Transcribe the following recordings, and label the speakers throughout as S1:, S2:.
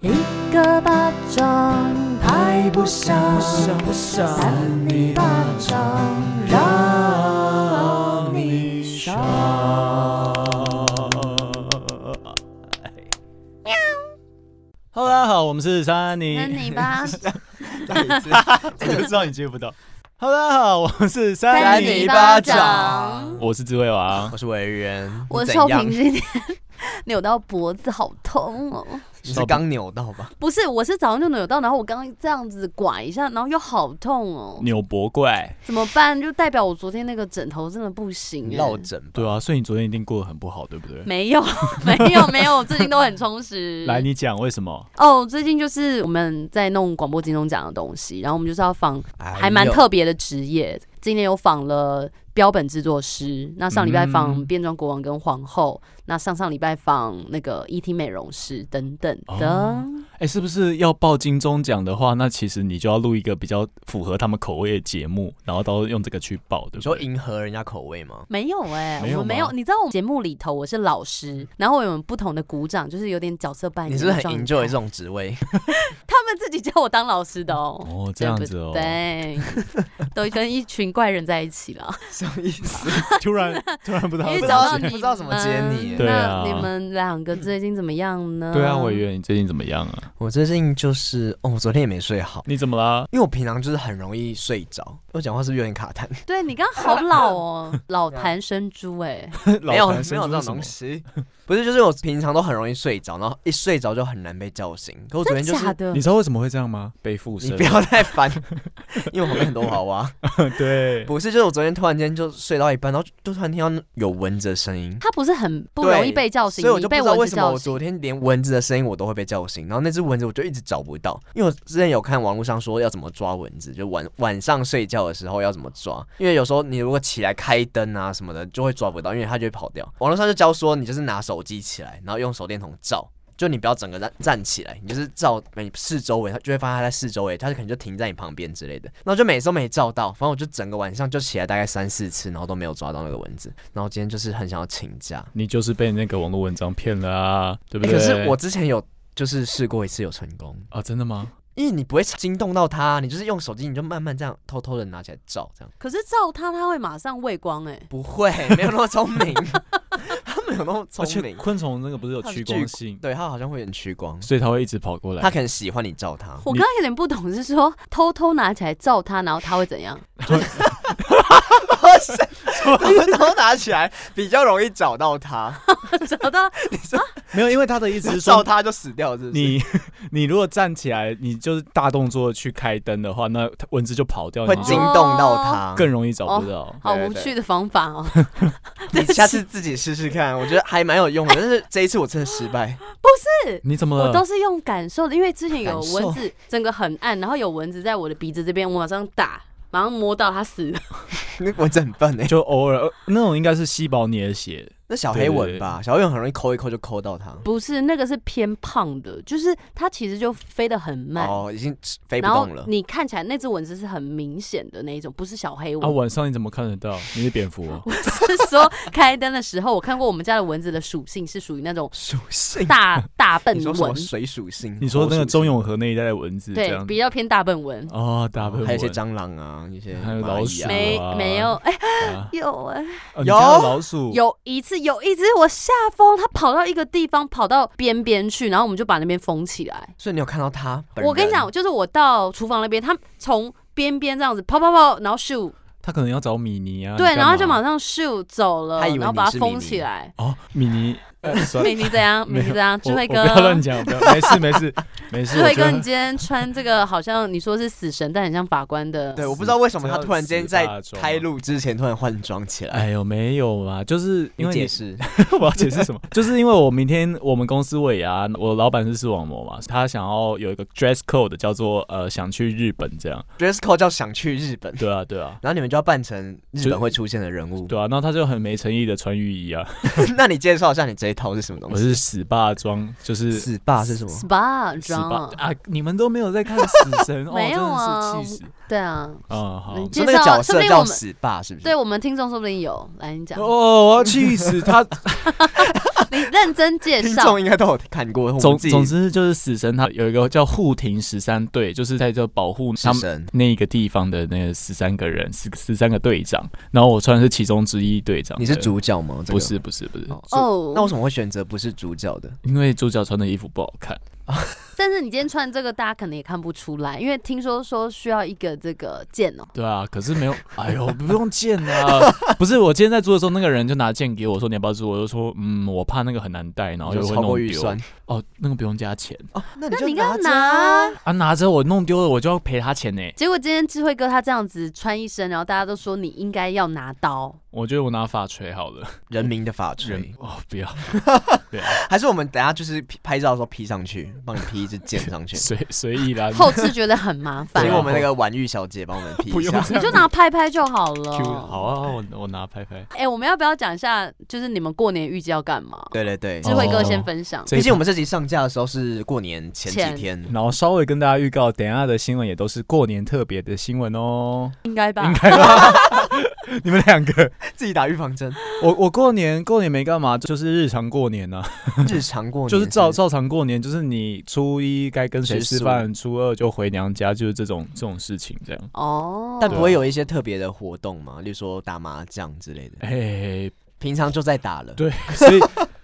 S1: 一个巴掌拍不响，
S2: 不想
S1: 扇你巴掌让你爽。
S3: Hello，大家好，我们是三尼，
S1: 那你吧，
S2: 再一次
S3: 我就知道你接不到。Hello，大家好，我们是三
S1: 扇
S3: 尼
S1: 你
S2: 你
S1: 巴
S2: 巴
S1: 掌
S2: 掌。
S3: 我是智慧王
S2: 我。是委员，
S1: 我
S2: 怎
S1: 少
S2: 样
S1: 平，今天扭到脖子，好痛哦！
S2: 你是刚扭到吧？
S1: 不是，我是早上就扭到，然后我刚刚这样子拐一下，然后又好痛哦，
S3: 纽博怪，
S1: 怎么办？就代表我昨天那个枕头真的不行、
S2: 你
S1: 欸。
S2: 落枕吧
S3: 对？啊，所以你昨天一定过得很不好，对不对？
S1: 没有， 没有，没有，我最近都很充实。
S3: 来，你讲为什么？
S1: 哦，最近就是我们在弄广播金钟奖的东西，然后我们就是要访
S2: 哎呦
S1: 还蛮特别的职业。今年有访了标本制作师，那上礼拜访
S3: 嗯
S1: 变装国王跟皇后，那上上礼拜访那个 ET 美容师等等的。
S3: 哦哎、是不是要报金钟奖的话，那其实你就要录一个比较符合他们口味的节目，然后到时候用这个去报，对
S2: 你
S3: 不
S2: 说
S3: 对？
S2: 迎合人家口味吗？
S1: 没有哎、
S3: 没有
S1: 我们没
S3: 吗
S1: 有。你知道我们节目里头我是老师，然后我们不同的鼓掌，就是有点角色扮演。
S2: 哎你是不是很 enjoy 这？种职位？
S1: 他们自己叫我当老师的哦。
S3: 哦， 这样
S1: 对不
S3: 子哦，
S1: 对，都跟一群怪人在一起了。
S2: 什么意思？
S3: 突然突然不知道
S1: 因为
S3: 怎
S1: 找到
S3: 么
S1: 嗯
S3: 接
S1: 你，
S2: 不知道怎么接你
S3: 对
S1: 那
S3: 啊
S1: 你们两个最近怎么样呢？
S3: 对啊，委员，你最近怎么样啊？
S2: 我最近就是，哦，我昨天也没睡好，
S3: 你怎么 啦？
S2: 因为我平常就是很容易睡着，我讲话是不是有点卡痰？
S1: 对你刚刚好老 哦，老坛生珠哎，
S2: 没有
S3: 老谭生
S2: 没有这
S3: 出
S2: 种
S3: 什么
S2: 东西， 不是，就是我平常都很容易睡着，然后一睡着就很难被叫醒。可我啊昨天就是
S1: 假，的
S3: 你？知道为什么会这样吗？背负
S2: 你
S3: 身
S2: 不，要再烦， 因为我旁边很多娃娃。
S3: 对，
S2: 不是，就是我昨天突然间就睡到一半，然后就就突然听到有蚊子的声音，
S1: 他不是很不容易
S2: 对
S1: 被叫醒，
S2: 所以我
S1: 你
S2: 就不
S1: 被
S2: 知道为
S1: 蚊子
S2: 什么
S1: 叫
S2: 我
S1: 醒。
S2: 昨天连蚊子的声音我都会被叫醒，然后那只蚊子我就一直找不到，因为我之前有看网络上说要怎么抓蚊子，就晚晚上睡觉的时候要怎么抓，因为有时候你如果起来开灯啊什么的就会抓不到，因为它就会跑掉。网络上就教说你就是拿手机起来，然后用手电筒照。就你不要整个站站起来，你就是照你四周围，它就会发现它在四周围，它可能就停在你旁边之类的。然后就每次都没照到，反正我就整个晚上就起来大概三四次，然后都没有抓到那个蚊子。然后今天就是很想要请假，
S3: 你就是被那个网络文章骗了啊，对不
S2: 欸
S3: 对？
S2: 可是我之前有就是试过一次有成功，
S3: 啊，真的吗？
S2: 因为你不会惊动到它，你就是用手机你就慢慢这样偷偷的拿起来照，这样
S1: 可是照他，他会马上畏光哎。
S2: 不 会没有那么聪 明，它没有那么
S3: 而
S2: 聪
S3: 且
S2: 明，
S3: 昆虫那个不是有
S2: 它是
S3: 趋
S2: 聚
S3: 光性，
S2: 对它好像会很趋光，
S3: 所以它会一直跑过
S2: 它
S3: 来。
S2: 可能喜欢你照它，
S1: 我刚刚有点不懂，是说偷偷拿起来照他，然后他会怎 样？
S2: 然后拿起来比较容易找到它，
S1: 找到
S3: 没有，因为它的意思是
S2: 照
S3: 说，
S2: 它就死掉，是不 是？
S3: 你你如果站起来，你就是大动作去开灯的话，那它蚊子就跑掉，
S2: 会
S3: 你
S2: 惊
S3: 就
S1: 哦
S2: 动到它，
S3: 更容易找不到。
S1: 好
S2: 对
S1: 无
S2: 对
S1: 趣的方法哦。
S2: 你下次自己试试看，我觉得还蛮有用的，但是这一次我真的失败，
S3: 你怎么
S1: 我都
S3: 了？
S1: 是用感受的，因为之前有
S2: 感受
S1: 蚊子，整个很暗，然后有蚊子在我的鼻子这边，我马上打，马上摸到它死 了。
S2: 那蚊子很笨哎，
S3: 就偶尔呃那种应该是吸饱你的血，
S2: 那小
S3: 对
S2: 黑
S3: 对
S2: 蚊
S3: 对
S2: 吧，小黑蚊很容易抠一抠就抠到它。
S1: 不是，那个是偏胖的，就是它其实就飞得很慢，
S2: 哦，已经飞不
S1: 然后
S2: 动了。
S1: 你看起来那只蚊子是很明显的那一种，不是小黑蚊。
S3: 啊，晚上你怎么看得到？你是蝙蝠哦、
S1: 我 是说开灯的时候，我看过我们家的蚊子的属性是属于那 种
S2: 属性
S1: 大大笨
S2: 你说什么
S1: 蚊，
S2: 水属性？
S3: 你说那
S2: 火
S3: 个
S2: 属性
S3: 中永和那一带的蚊子这
S1: 对，
S3: 样
S1: 比较偏大笨蚊。
S3: 哦，大部分
S2: 还有一些蟑螂啊，一些
S3: 还有
S2: 蚂
S3: 老
S2: 蚁
S3: 鼠
S2: 啊。
S1: 没
S3: 啊
S1: 没有， 哎、
S3: 啊
S1: 有哎、
S3: 哦你家的
S2: 有
S3: 老鼠
S1: 有一次有一只我吓疯，它跑到一个地方，跑到边边去，然后我们就把那边封起来。
S2: 所以你有看到它？
S1: 我跟你讲，，就是我到厨房那边，它从边边这样子跑跑跑，然后咻，
S3: 他可能要找米妮啊。
S1: 对，
S3: 你干
S1: 然后就马
S3: 嘛
S1: 上咻走了，
S2: 他以为
S1: 然后把它
S2: 你是
S1: 封
S2: 米妮
S1: 起来。
S3: 哦，米妮， 呃，算
S1: 美妮怎样？ 美
S3: 没有
S1: 妮怎样？智
S3: 我
S1: 慧
S3: 我
S1: 哥，
S3: 不要乱 讲，不要，没事没事没事。
S1: 智
S3: 我
S1: 慧
S3: 觉
S1: 哥，
S3: 得
S1: 你今天穿这个好像你说是死神，但很像法官的。
S2: 对，我不知道为什么
S3: 只
S2: 它
S3: 要
S2: 突然间在
S3: 十大种啊
S2: 开录之前突然换装起来。
S3: 哎呦没有嘛，就是因
S2: 你
S3: 为
S2: 解
S3: 你
S2: 释，
S3: 我要解释 什么，就是因为我明天我们公司尾牙，我老板是视网膜嘛，他想要有一个 dress code 叫做呃想去日本这样，
S2: dress code 叫想去日本，
S3: 对啊对啊。
S2: 然后你们就要扮成日
S3: 就
S2: 本会出现的人物。
S3: 对啊，然后他就很没诚意的穿浴衣啊，
S2: 那你介绍一下你这一套是什么东
S3: 我
S2: 西？
S3: 是死霸装，就是
S2: 死霸是什么？
S1: SPA
S3: 死
S1: 装
S3: 霸
S1: 啊，
S3: 啊！你们都没有在看死 神哦，
S1: 没有啊
S3: 真的是气死
S1: 对啊，
S3: 啊！好
S1: 嗯，
S2: 说
S1: 介
S2: 那个
S1: 绍，说不
S2: 角色
S1: 定我
S2: 叫
S1: 们
S2: 死霸是不是？ 哦
S1: 对我们听众说不定有，来你讲。
S3: 哦，我要气死他！
S1: 你认真介
S2: 听
S1: 绍
S2: 众应该都有看过。
S3: 总总
S2: 之，
S3: 之就是死神，它有一个叫护庭十三队，就是在这保护他
S2: 死
S3: 们
S2: 神
S3: 那个地方的那十三个人，十十三个队长。然后我穿的是其中之一队长的，
S2: 你是主角吗？这个
S3: 不，是不是不是，
S2: 哦
S1: 哦。
S2: 那为什么会选择不是主角的？
S3: 因为主角穿的衣服不好看。
S1: 但是你今天穿这个，大家可能也看不出来，因为听说说需要一个这个剑哦、
S3: 对啊，可是没有，哎 呦，不用剑啊！ 不是，我今天在租的时候，那个人就拿剑给我说你要不要租，我就说嗯，我怕那个很难带，然后又
S2: 有
S3: 会
S2: 超过
S3: 弄
S2: 预
S3: 丢。
S2: 算
S3: 哦，那个不用加钱
S2: 哦，那
S1: 那你
S2: 你
S1: 应
S2: 就
S1: 该要拿
S2: 拿着啊
S1: 啊。
S3: 啊，拿着我弄丢了，我就要赔他钱呢。
S1: 结果今天智慧哥他这样子穿一身，然后大家都说你应该要拿 刀，
S3: 我觉得我拿法锤好了，
S2: 人民的法
S3: 人
S2: 锤，
S3: 哦不 要，对啊，
S2: 还是我们等下就是拍照的时候 P 上去，帮你 P 一支剑 上去，
S3: 随随意啦，
S1: 后置觉得很麻烦
S3: 对
S2: 请
S3: 啊，
S2: 我们那个婉玉小姐帮我们 P
S3: 不
S2: 一
S3: 用
S2: 下。
S3: 这
S1: 你
S3: 样
S1: 就拿拍拍就好
S3: Q 好
S2: 哦
S1: 了。
S3: 啊，我我拿拍拍。
S1: 哎、我们要不要讲一下，就是你们过年预计要干嘛？
S2: 对对对，
S1: 智慧哥
S3: 哦
S1: 先分享。
S3: 这
S2: 毕竟我们这集上架的时候是过年前
S1: 前
S2: 几天，
S3: 然后稍微跟大家预告，等一下的新闻也都是过年特别的新闻哦，
S1: 应该吧
S3: 应？该吧？ 你们两个，
S2: 自己打预防 针，
S3: 我我过年过年没干嘛，就是日常过年啊，
S2: 日常过年
S3: 就是照照常过年，就是你初一该跟谁吃饭，初二就回娘家，就是这种这种事情这样。
S1: 哦，
S2: 但
S3: 啊
S2: 不会有一些特别的活动嘛，例如说打麻将之类的，
S3: 哎、
S2: 平常就在打了，
S3: 对，所以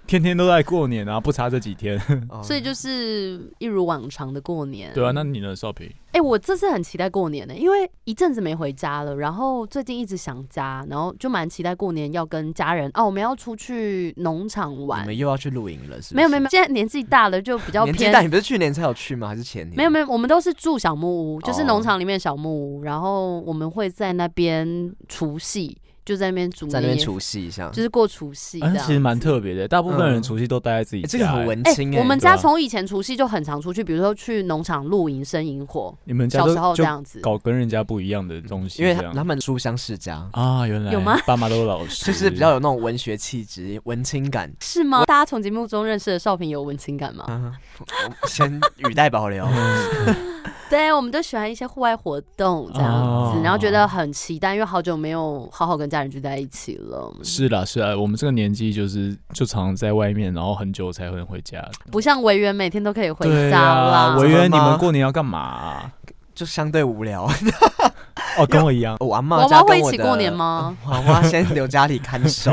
S3: 天天都在过年啊，不差这几 天。
S2: 哦
S1: 所以就是一如往常的过年。
S3: 对啊，那你呢，少平？
S1: 哎、我这次很期待过年呢、因为一阵子没回家了，然后最近一直想家，然后就蛮期待过年要跟家人哦、我们要出去农场
S2: 你
S1: 玩。
S2: 们又要去露营了，是不是？
S1: 没有没有没有，现在年纪大了就比较
S2: 年纪
S1: 偏
S2: 大，。你不是去年才有去吗？还是前年？
S1: 没有没有，我们都是住小木屋，就是
S2: 哦
S1: 农场里面小木屋，然后我们会在那边除夕，就在那边煮
S2: 在那边
S1: 年夜
S2: 除夕一下，
S1: 就是过除夕这
S3: 啊
S1: 样
S3: 那
S1: 子。
S3: 其实蛮特别的，大部分人
S2: 嗯
S3: 除夕都待在自己
S2: 欸
S3: 家、
S2: 这个很
S3: 欸
S2: 文
S1: 哎、
S2: 青哎、
S1: 我们
S3: 对啊
S1: 家从以前除夕就很常出去，比如说去农场露营、生营火，
S3: 你们家
S1: 小
S3: 都
S1: 时候这
S3: 就
S1: 样子。
S3: 搞跟人家不一样的东西，
S2: 因为
S3: 这
S2: 他
S3: 样
S2: 他们书香世家，
S3: 啊，原来
S1: 有吗？
S3: 爸妈都是老师，
S2: 就是比较有那种文学气质、文青感。
S1: 是吗？大家从节目中认识的少平有文青感吗？
S2: 啊，我我 先语带保留。
S1: 嗯对，我们都喜欢一些户外活动这样子，
S3: 哦
S1: 然后觉得很期待，因为好久没有好好跟家人聚在一起了。
S3: 是啦是啦，我们这个年纪就是就常在外面，然后很久才会回家。
S1: 不像维园每天都可以回
S3: 对
S1: 家啦。
S3: 啊，我以为
S2: 怎
S3: 你
S2: 么吗
S3: 们过年要干嘛啊、
S2: 就相对无聊。
S3: 哦，跟我一样，
S2: 我阿妈
S1: 娃
S2: 家
S1: 娃
S2: 跟我
S1: 会一起
S2: 的
S1: 过年？ 吗？
S2: 我阿妈先留家里看守，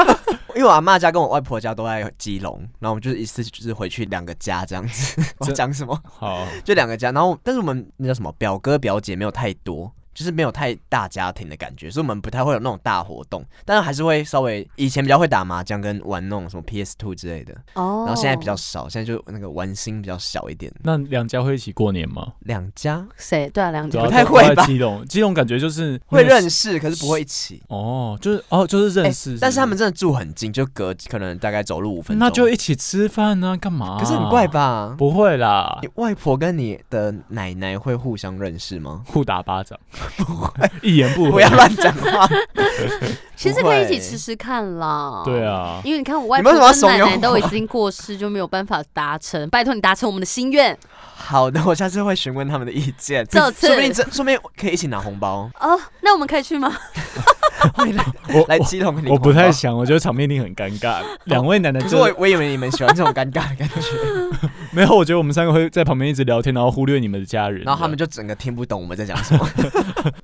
S2: 因为我阿妈家跟我外婆家都在基隆，然后我们就是一次就是回去两个家这样子。 我要讲什么？
S3: 好，
S2: 就两个家，然后但是我们那叫什么表哥表姐没有太多，就是没有太大家庭的感觉，所以我们不太会有那种大活动，但是还是会稍微以前比较会打麻将跟玩那种什么 PS Two 之类的，
S1: 哦，
S2: 然后现在比较少，现在就那个玩心比较小一点。
S3: 那两家会一起过年吗？
S2: 两家
S1: 谁对啊，梁
S3: 主
S1: 姐
S3: 要
S2: 不太
S3: 都
S2: 会
S3: 都在
S2: 吧
S3: 基隆，基隆感觉就是
S2: 会
S3: 那个
S2: 认识，可是不会一起。
S3: 哦，就是哦，就是认
S2: 哎
S3: 识，
S2: 但是他
S3: 不
S2: 们真的住很近，就隔可能大概走路五分钟，
S3: 那就一起吃饭呢、干嘛、啊
S2: 可是很怪？吧？
S3: 不会啦
S2: 你，外婆跟你的奶奶会互相认识吗？
S3: 互打巴 掌，不会，一言不
S2: 不
S3: 合
S2: 要。乱 讲话。
S1: 其实可以一起
S2: 不会
S1: 吃吃看啦。
S3: 对。 啊，
S1: 因为你看，我外
S2: 你
S1: 婆
S2: 们为什么要
S1: 跟
S2: 怂
S1: 奶奶
S2: 恿
S1: 都已
S2: 我
S1: 经过世，就没有办法达成。拜托你达成我们的心愿
S2: 好的，我下次会询问他们的意见。
S1: 这次
S2: 说不定这说不定可以一起拿红包。
S1: 哦。那我们可以 去吗？
S2: 欢迎来
S3: 我
S2: 来
S3: 我
S2: 基隆给你
S3: 我不太
S2: 红包。
S3: 想，我觉得场面一定很尴 尬。两位奶奶
S2: 可
S3: 就是
S2: 我我以为你们喜欢这种尴尬的 感觉，
S3: 没有，我觉得我们三个会在旁边一直聊天，然后忽略你们的家人。
S2: 然后他们
S3: 就
S2: 就整个听不懂我们在讲 什么，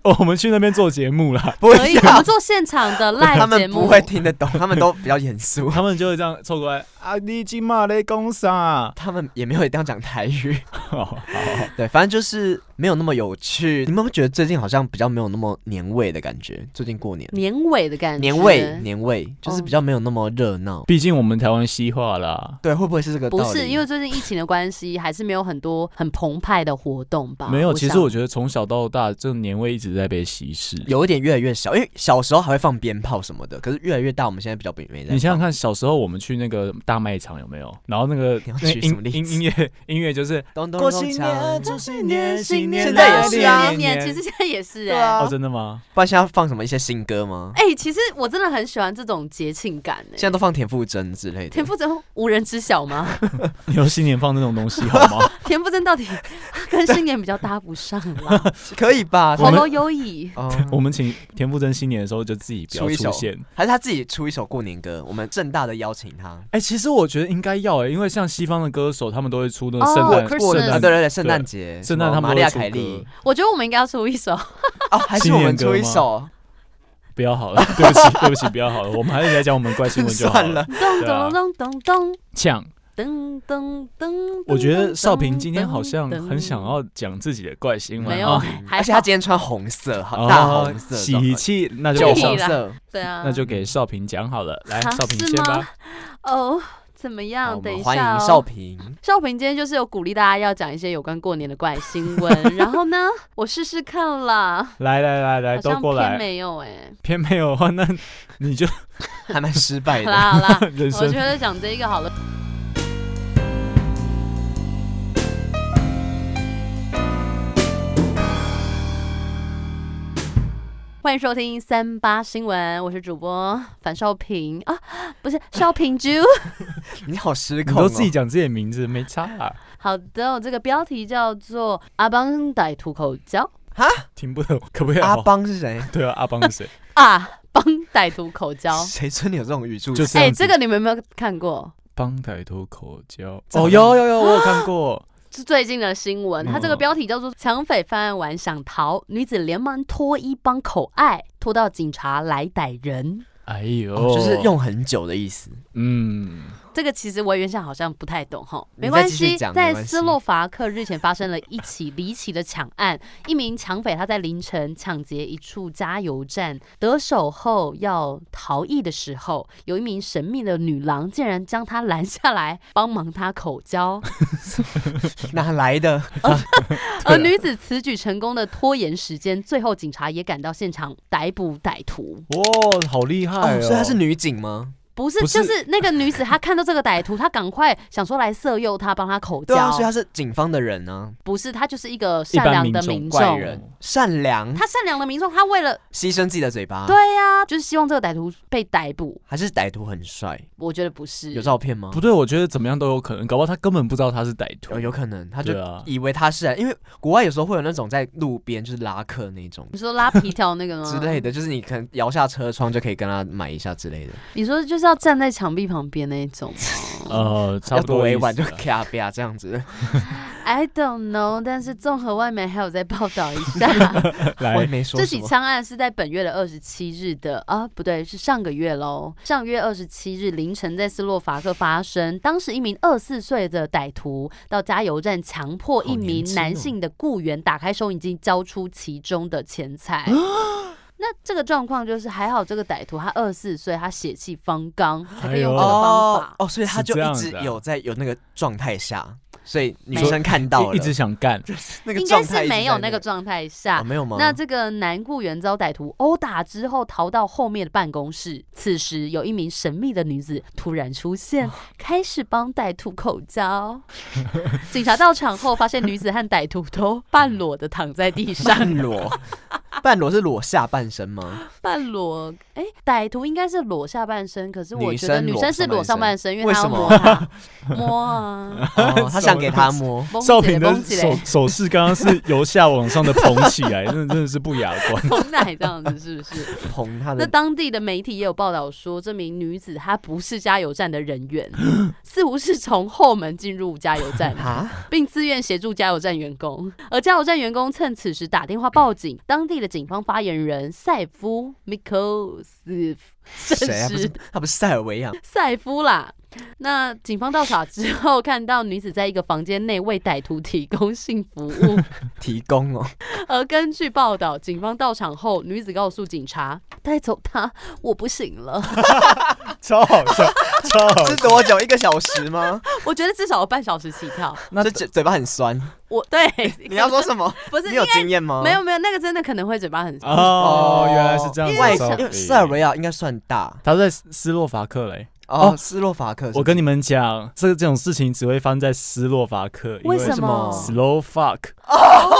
S3: 哦，我们去那边做节目 啦，
S2: 不
S1: 可以，啊我
S2: 要
S1: 们，做现场 的
S2: 他
S1: live 节
S2: 们
S1: 目
S2: 不。会听得懂，他们都比较严肃，
S3: 他们就会这样凑过 来啊，你今嘛在讲啥？
S2: 他们也没有一定要讲 台语，
S3: 哦好好
S2: 对，反正就是没有那么有趣。你们有没有觉得最近好像比较没有那么年味的感觉？最近过年
S1: 年尾的感觉，
S2: 年味年味就是
S1: 嗯哦
S2: 比较没有那么热闹，
S3: 毕竟我们台湾西化啦，
S2: 对，会不会是这个道
S1: 不
S2: 理？
S1: 是因为最近疫情的关系，还是没有很多很澎湃的活动
S2: 啊
S1: 吧？
S3: 没有。其实
S1: 想
S3: 我觉得从小到大，这个年味一直在被稀释。
S2: 有一点越来越少，因为小时候还会放鞭炮什么的，可是越来越大，我们现在比较不没在放。
S3: 你想想看，小时候我们去那个大卖场有没有？然后那个
S2: 你要
S3: 那
S2: 举什
S3: 音
S2: 么例
S3: 音音乐音乐就是
S2: 咚咚
S3: 过
S2: 咚
S3: 新
S2: 锵
S3: 年，祝新年，新年
S2: 现在也是啊
S1: 新
S3: 年
S1: 年其实现在也是
S2: 对
S1: 哎、
S2: 啊
S3: 哦，真的吗？
S2: 不然现在放什么一些新歌吗？
S1: 哎、其实我真的很喜欢这种节庆感哎、
S2: 现在都放田馥甄之类的
S1: 田。馥甄无人知晓吗？
S3: 你有求新年放这种东西好 吗？
S1: 田馥甄到底跟新年比较搭不上啦，
S2: 可以吧？
S1: 喉
S3: 们
S1: 咙有乙。
S2: 哦，
S3: 我们请田馥甄新年的时候就自己不
S2: 出一
S3: 要出
S2: 首
S3: 现。
S2: 还是他自己出一首过年歌，我们正大的邀请他。
S3: 哎、其实我觉得应该要哎、因为像西方的歌手，他们都会出那个
S1: 哦
S3: 圣诞、
S1: Christmas
S3: 圣
S2: 啊，
S3: 诞
S2: 对对对，圣诞节，
S3: 圣诞他
S2: 什
S3: 们
S2: 么玛
S3: 都
S2: 利
S3: 会
S2: 亚
S3: 出
S2: 凯
S3: 歌
S2: 莉，
S1: 我觉得我们应该要出一首，
S2: 哦，还是
S3: 新
S2: 我
S3: 年
S2: 们
S3: 歌
S2: 出一
S3: 吗
S2: 首，
S3: 不要好了， 对不起，对不起，不要好了，我们还是来讲我们怪 新闻就好
S2: 算 了。
S1: 咚
S3: 对啊
S1: 咚咚咚咚
S3: 呛，
S1: 噔噔噔。
S3: 我觉得
S1: 噔
S3: 少平今天好
S1: 噔
S3: 像
S1: 噔
S3: 很想要讲自己的怪新闻，
S1: 没有
S3: 啊，
S1: 还
S2: 而且他
S1: 好
S2: 今天穿红色，好
S3: 哦
S2: 大红色，
S3: 喜气，那就
S2: 酒
S3: 给
S1: 屁
S2: 红
S3: 少
S1: 啦
S2: 色。
S1: 对啊，
S3: 那就给少平讲好了，来，
S1: 啊
S3: 少平
S1: 是
S3: 先
S1: 吗
S3: 吧。
S1: 哦，怎么
S2: 好，
S1: 样？
S2: 我
S1: 等
S2: 们
S1: 一
S2: 欢
S1: 下
S2: 迎
S1: 哦
S2: 少平。
S1: 少平今天就是有鼓励大家要讲一些有关过年的怪新 闻，然后呢，我试试看啦，
S3: 来来来
S2: 哎
S3: 来，
S1: 好
S3: 都
S1: 像
S3: 过
S1: 偏
S3: 来，
S1: 没有哎。
S3: 偏没有的话，那你
S2: 啊
S3: 就，
S2: 还蛮失败
S1: 好
S2: 的。
S1: 啦好啦
S3: 人
S1: 我
S3: 生
S1: 觉得讲这一个好了。欢迎收听三八新闻，我是主播樊少平啊，不是少平猪。
S2: 你好失
S3: 你
S2: 控、哦，
S3: 都自己讲自己的名字，没差啊，
S1: 好的，我这个标题叫做“阿邦歹徒口交”，
S3: 听不懂，可不可以
S2: 阿
S3: 好？
S2: 邦是谁？
S3: 对啊，阿邦 是谁？
S1: 啊，帮歹徒口交。
S2: 谁村里有这种语助词？
S3: 就
S1: 哎、
S3: 样子
S1: 这个你们有没有看过？
S3: 帮歹徒口交。
S2: 这
S3: 哦，
S2: 个哦
S3: 有有有，我有看过。
S1: 是最近的新闻，它这个
S3: 嗯
S1: 标题叫做“抢匪犯案完想逃，女子连忙脱衣帮口爱，拖到警察来逮人
S3: 哎呦，
S2: 哦就是用很久的 意思。
S3: 嗯，”。这
S1: 这个其实我原先好像不太懂哈，
S2: 你
S1: 没关
S2: 再继
S1: 系
S2: 续。讲
S1: 在
S2: 没关系
S1: 斯洛伐克日前发生了一起离奇的抢案，一名抢匪他在凌晨抢劫一处加油站，得手后要逃逸的时候，有一名神秘的女郎竟然将他拦下来，帮忙他口 交。
S2: 哪来的？
S1: 而女子此举成功的拖延时间，最后警察也赶到现场逮捕歹徒。
S3: 哇，好厉害
S2: 哦，
S1: 哎
S3: 哦！
S2: 所以她是女警吗？
S1: 不是，
S3: 不
S1: 就
S3: 是
S1: 是那个女子，她看到这个歹徒，她赶快想说来色诱他，帮他口交。
S2: 对啊，所以她是警方的人呢、
S1: 不是，她就是一个
S3: 一
S1: 善
S3: 般
S1: 良的
S3: 民众
S1: 民
S2: 怪
S1: 众。
S2: 人，善良，
S1: 她善良的民众，她为了
S2: 牺牲自己的嘴巴。
S1: 对，啊，就是希望这个歹徒被逮捕。
S2: 还是歹徒很帅？
S1: 我觉得不是，
S2: 有照片吗？
S3: 嗯
S2: 哦
S3: 不对，我觉得怎么样都有可能，搞不好他根本不知道他是歹徒
S2: 有。有可能，哎他就
S3: 对啊，
S2: 以为他是、因为国外有时候会有那种在路边就是拉客那种
S1: 你说拉皮条那个
S3: 嗯
S1: 吗？
S2: 之类。的，就是你可能摇下车窗就可以跟他买一下之类的，
S1: 你说就是要站在墙壁旁边那一种吗
S3: 呃，差
S2: 要
S3: 不
S2: 多
S3: 多
S2: 委
S3: 意
S2: 婉
S3: 思
S2: 就
S3: 啊
S2: 咔啪这样子。
S1: ？I don't know，但是综合外媒还有在报道一下。
S2: 我也
S3: 来，
S2: 没说
S1: 这
S2: 什
S1: 起
S2: 么。
S1: 枪案是在本月的二十七日的啊，不对，是上个月喽。上月二十七日凌晨在斯洛伐克发生，当时一名二四岁的歹徒到加油站强迫一
S2: 好年
S1: 名
S2: 轻哦
S1: 男性的雇员打开收银机，交出其中的钱 财。那这个状况就是还好，这个歹徒他二四岁，他血气方刚，才可以用这个方
S2: 哦
S1: 法。
S2: 哦，所以他
S3: 是
S2: 就
S3: 这
S2: 一
S3: 样
S2: 直
S3: 子啊
S2: 有在有那个状态下，所以女
S1: 没
S2: 生看到了
S3: 一一直想干，
S2: 那个
S1: 应该
S2: 状态
S1: 是
S2: 一直
S1: 没有
S2: 在
S1: 那个状态下
S2: 啊，，没有吗？
S1: 那这个男雇员遭歹徒殴打之后，逃到后面的办公室。此时，有一名神秘的女子突然出现，开始帮歹徒口交。 警察到场后，发现女子和歹徒都半裸的躺在地 上，
S2: 半裸，半裸是裸下半身吗？
S1: 半裸。哎、歹徒应该是裸下半身，可是我觉得
S2: 女生
S1: 女
S2: 裸
S1: 生是裸上半身，因
S2: 为
S1: 他
S2: 什
S1: 要
S2: 么
S1: 摸她，摸 啊，
S2: 哦他想给他摸，
S1: 绷
S3: 少
S1: 起来
S3: 平的
S1: 绷起
S3: 手
S1: 来，
S3: 手势刚刚是由下往上的捧起来，真的真的是不雅观。
S1: 捧奶这样子是不是？
S2: 捧他
S1: 那
S2: 的。
S1: 当地的媒体也有报道说，这名女子她不是加油站的人 员，似乎是从后门进入加油站，
S2: 啊，
S1: 并自愿协助加油站员工。而加油站员工趁此时打电话报警，当地的警方发言人塞夫 Mikos
S2: 谁啊？不是他不是塞尔维亚
S1: 塞夫啦。那警方到场之后，看到女子在一个房间内为歹徒提供性服务，
S2: 提 供哦，
S1: 而根据报道，警方到场后，女子告诉警察：“带走她，我不行了。”
S3: 超好笑，超
S1: 哦
S3: 好
S2: 是
S3: 笑。
S2: 多久？一个小时 吗？
S1: 我觉得至少有半小时起跳。
S3: 那
S2: 这嘴嘴巴很酸。
S1: 我对
S2: 你要说什么？
S1: 不是
S2: 你有经验吗？啊
S1: 没有没有，那个真的可能会嘴巴很酸。
S3: 哦，原来是这样子。
S2: 外
S3: 少
S2: 因为
S3: 平
S2: 塞
S1: 啊
S2: 尔维亚应该算大
S3: 他在斯斯洛伐克嘞。
S2: 哦，
S3: 哦
S2: 斯洛伐克是不是。
S3: 我跟你们讲，这这种事情只会发生在斯洛伐克，因
S1: 为什
S2: 么
S1: 么？
S3: Slovak
S1: 哦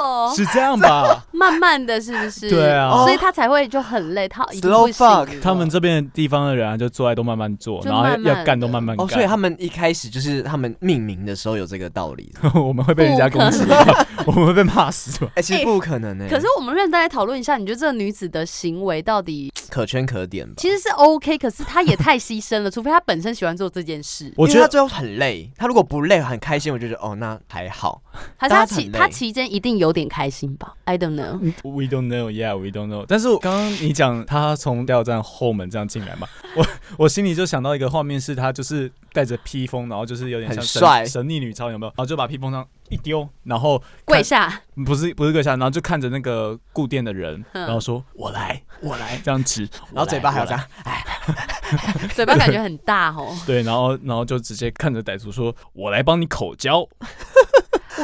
S1: 哦，
S3: 是这样 吧？
S1: 慢慢的是不是？
S3: 对啊
S1: 所以他才会就很累，他已经
S2: Slow
S1: 不行了
S2: fuck
S3: 他们这边地方的人啊，就做爱都慢慢做，
S1: 就
S3: 然后
S1: 慢慢
S3: 要干都慢慢干。
S2: 哦，所以他们一开始就是他们命名的时候有这个道理。
S3: 我们会被人家攻击吧，我们会被骂死吧？
S2: 哎、其实不可能呢、
S1: 可是我们认真来讨论一下，你觉得这个女子的行为到底
S2: 可圈可点吧。
S1: 其实是 OK，可是她也太牺牲 了，除非她本身喜欢做这件事，
S3: 我
S2: 因为
S3: 觉
S2: 他
S3: 得
S2: 最后很累，他如果不累很开心，我就觉得哦那还好。
S1: 还是她
S2: 大家很
S1: 期
S2: 累
S1: 她期间一定有点开心吧？I don't know。
S3: We don't know, yeah, we don't know。但是刚刚你讲他从加油站后门这样进来嘛， 我我心里就想到一个画面，是他就是带着披风，然后就是有点像
S2: 很
S3: 神
S2: 帅
S3: 神力女超人有没有？然后就把披风上一丢，然后
S1: 跪
S3: 看
S1: 下，
S3: 不是不是跪下，然后就看着那个固店的人，
S1: 嗯
S3: 然后说我来我来这样指，
S2: 然后嘴巴还要
S3: 我
S2: 这
S3: 来
S2: 样，
S1: 嘴巴感觉很大哦。
S3: 对，然后然后就直接看着歹徒说我来帮你口交，
S1: 我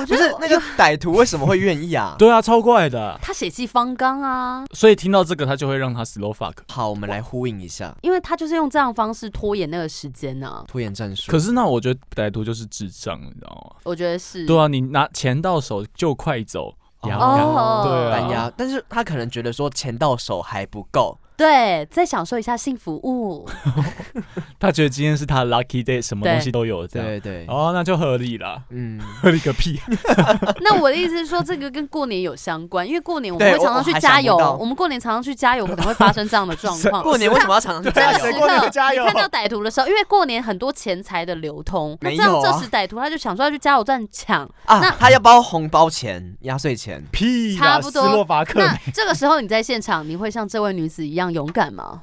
S2: 不
S1: 觉
S2: 是
S1: 得
S2: 那个歹徒为什么会愿意 啊？
S3: 对啊，超怪的。
S1: 她血气方刚啊，
S3: 所以听到这个，他就会让他 slow fuck。
S2: 好，我们来呼应一下
S1: 因为她就是用这样的方式拖延那个时间啊呢、
S2: 拖延战术。
S3: 可是那我觉得歹徒就是智障，你知道吗？
S1: 我觉得
S2: 嗯
S1: 是。
S3: 对啊，你拿钱到手就快走，然后
S1: 哦
S3: 对啊
S2: 单压，但是他可能觉得说钱到手还不够，
S1: 对，再享受一下性服 务。
S3: 他觉得今天是他的 lucky day，什么
S1: 对
S3: 东西都有这样。
S2: 对对，
S3: 哦，那就合理啦，
S2: 嗯，
S3: 合理个 屁！
S1: 那我的意思是说，这个跟过年有相关，因为过年我们
S2: 对
S1: 会常
S2: 我
S1: 常去
S2: 我还
S1: 加
S2: 想不
S1: 油，
S2: 到
S1: 我们过年常常去加油，可能会发生这样的状况。
S2: 过年为 什么要常常
S1: 这
S2: 加
S1: 个
S2: 油
S1: 时
S3: 对过年
S1: 刻，
S3: 会加
S1: 你
S3: 油
S1: 看到歹徒的时候，因为过年很多钱财的流通，那
S2: 没
S1: 这样
S2: 有
S1: 这
S2: 啊
S1: 时歹徒他就想说要去加油站抢，那
S2: 啊？他要包红包钱、压岁钱，
S3: 屁
S1: 差
S3: 啦，
S1: 不多
S3: 斯洛伐克
S1: 那这个时候你在现场，你会像这位女子一样勇敢吗？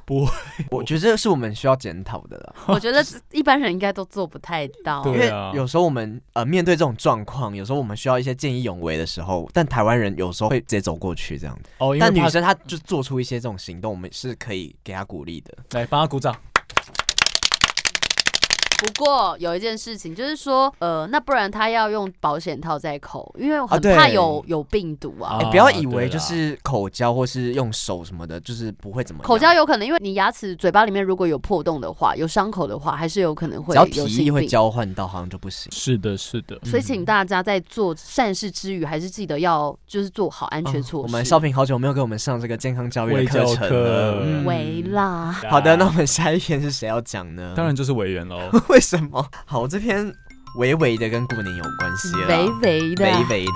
S2: 我觉得这是我们需要检讨的啦。
S1: 我觉 得一般人应该都做不太到。
S3: 对
S2: 因为
S3: 啊
S2: 有时候我们呃面对这种状况，有时候我们需要一些见义勇为的时候，但台湾人有时候会直接走过去这样子。
S3: 哦，因为
S2: 但女
S3: 怕
S2: 生她就做出一些这种行动，我们是可以给她鼓励的。
S3: 来帮他鼓掌，
S1: 不过有一件事情就是说，呃，那不然他要用保险套在口，因为我很
S2: 啊对
S1: 怕有有病毒啊。
S3: 啊
S2: 哎、不要以
S3: 对
S2: 为
S3: 啦
S2: 就是口交或是用手什么的，就是不会怎么样。
S1: 口交有可能，因为你牙齿、嘴巴里面如果有破洞的话，有伤口的话，还是有可能会
S2: 只要
S1: 有
S2: 体
S1: 性
S2: 液会嗯
S1: 病。
S2: 交换到，好像就不行。
S3: 是的，是的，
S1: 所以，请大家在做善事之余，还是记得要就是做好安全措施。
S2: 哦我们少平好久没有给我们上这个健康教育
S3: 卫
S2: 的课
S3: 教
S2: 程
S3: 课
S2: 了。嗯
S1: 微啦，
S2: 好的，那我们下一篇是谁要讲呢？
S3: 当然就是委员喽。
S2: 为什么？好，这篇微微的跟过年有关系啊了，
S1: 嗯微微的，
S2: 微微的。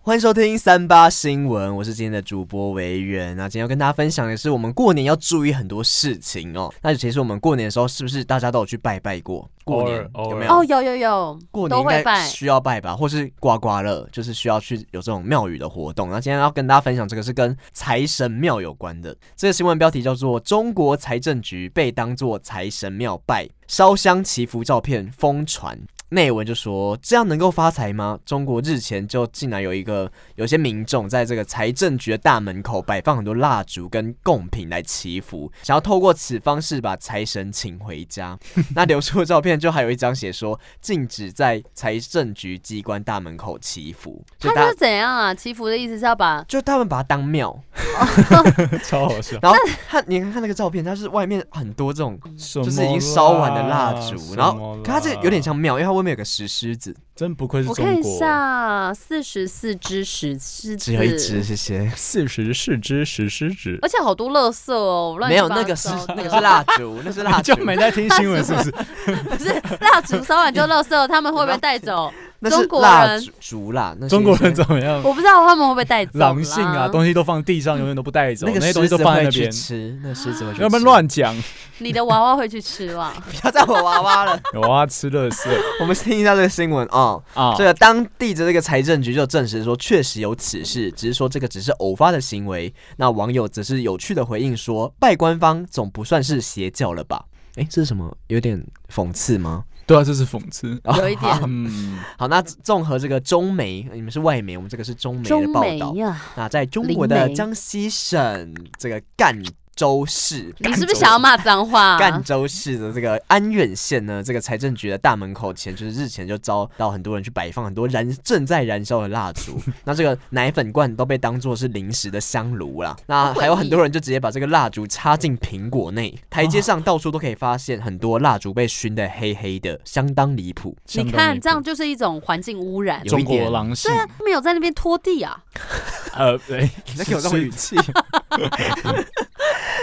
S2: 欢迎收听三八新闻，我是今天的主播维园。那今天要跟大家分享的是，我们过年要注意很多事情哦。那其实我们过年的时候，是不是大家都有去拜拜过？过年
S3: 偶尔
S2: 有没有？
S1: 哦，有有有，
S2: 过年
S1: 都
S2: 应
S1: 会
S2: 该
S1: 拜。
S2: 需要拜吧，或是刮刮乐，就是需要去有这种庙宇的活动。那今天要跟大家分享这个是跟财神庙有关的。这个新闻标题叫做“中国财政局被当作财神庙拜，烧香祈福照片疯传”。内文就说：“这样能够发财吗？”中国日前就竟然有一个有些民众在这个财政局的大门口摆放很多蜡烛跟贡品来祈福，想要透过此方式把财神请回 家。那流出的照片就还有一张写说禁止在财政局机关大门口祈福，就
S1: 他
S2: 大
S1: 是怎样啊？祈福的意思是要把
S2: 就他们把它当庙。
S3: 超好笑，
S2: 然后他你看那个照片，它是外面很多这种 就是已经烧完的蜡烛，然后可它这有点像庙，因为它外面有个石狮子，
S3: 真不愧是
S1: 我
S3: 中
S1: 看一
S3: 国，
S1: 下，四十四只石狮子，
S2: 只有一只，谢谢。
S3: 四十四只石狮子，
S1: 而且好多垃圾哦，乱
S2: 没
S1: 七
S2: 有
S1: 八
S2: 那个是
S1: 糟的
S2: 那个是蜡烛，那是 蜡烛
S3: 就，没在听新闻是不 是？
S1: 不是蜡烛烧完就垃圾，他们会不会带 走？
S2: 那是
S1: 中国
S2: 蜡
S1: 人
S2: 烛烛啦，那是
S3: 中国人
S2: 一些
S3: 怎么 样？
S1: 我不知道他们会不会带走啦。
S3: 狼性啊，东西都放地上，永远都不带走，
S2: 那个
S3: 些东
S2: 狮
S3: 西
S2: 子
S3: 都放在
S2: 会
S3: 那
S2: 去
S3: 边，
S2: 吃，那个狮子会去 吃，
S3: 要不然乱讲。
S1: 你的娃娃会去吃啦。
S2: 不要再我娃娃了。
S3: 有啊，吃乐色
S2: 我们听一下这个新闻啊。哦
S3: 啊
S2: 这，个当地的这个财政局就证实说，确实有此事，只是说这个只是偶发的行为。那网友则是有趣的回应说，拜官方总不算是邪教了吧？诶，这是什么？有点讽刺吗？
S3: 对啊，这是讽刺。
S1: 有一点
S2: 啊
S3: 嗯，
S2: 好，那综合这个中媒，你们是外媒，我们这个是中媒的
S1: 中
S2: 报
S1: 美
S2: 道。
S1: 呀，
S2: 那在中国的
S1: 灵媒
S2: 江西省这个赣州市。
S1: 你是不是想要骂脏话？啊
S2: 赣州市的这个安远县呢，这个财政局的大门口前，就是日前就遭到很多人去摆放很多燃正在燃烧的蜡烛，那这个奶粉罐都被当做是临时的香炉啦。那还有很多人就直接把这个蜡烛插进苹果内，台阶上到处都可以发现很多蜡烛被熏得黑黑的，相当离谱。
S3: 相
S1: 你
S3: 当离
S1: 看
S3: 谱
S1: 这样就是一种环境污染。啊
S2: 有
S3: 中
S2: 一点啊
S3: 国狼性，
S1: 他没有在那边拖地啊，
S3: 呃，哎，
S2: 你在给我这种
S3: 是
S2: 语气？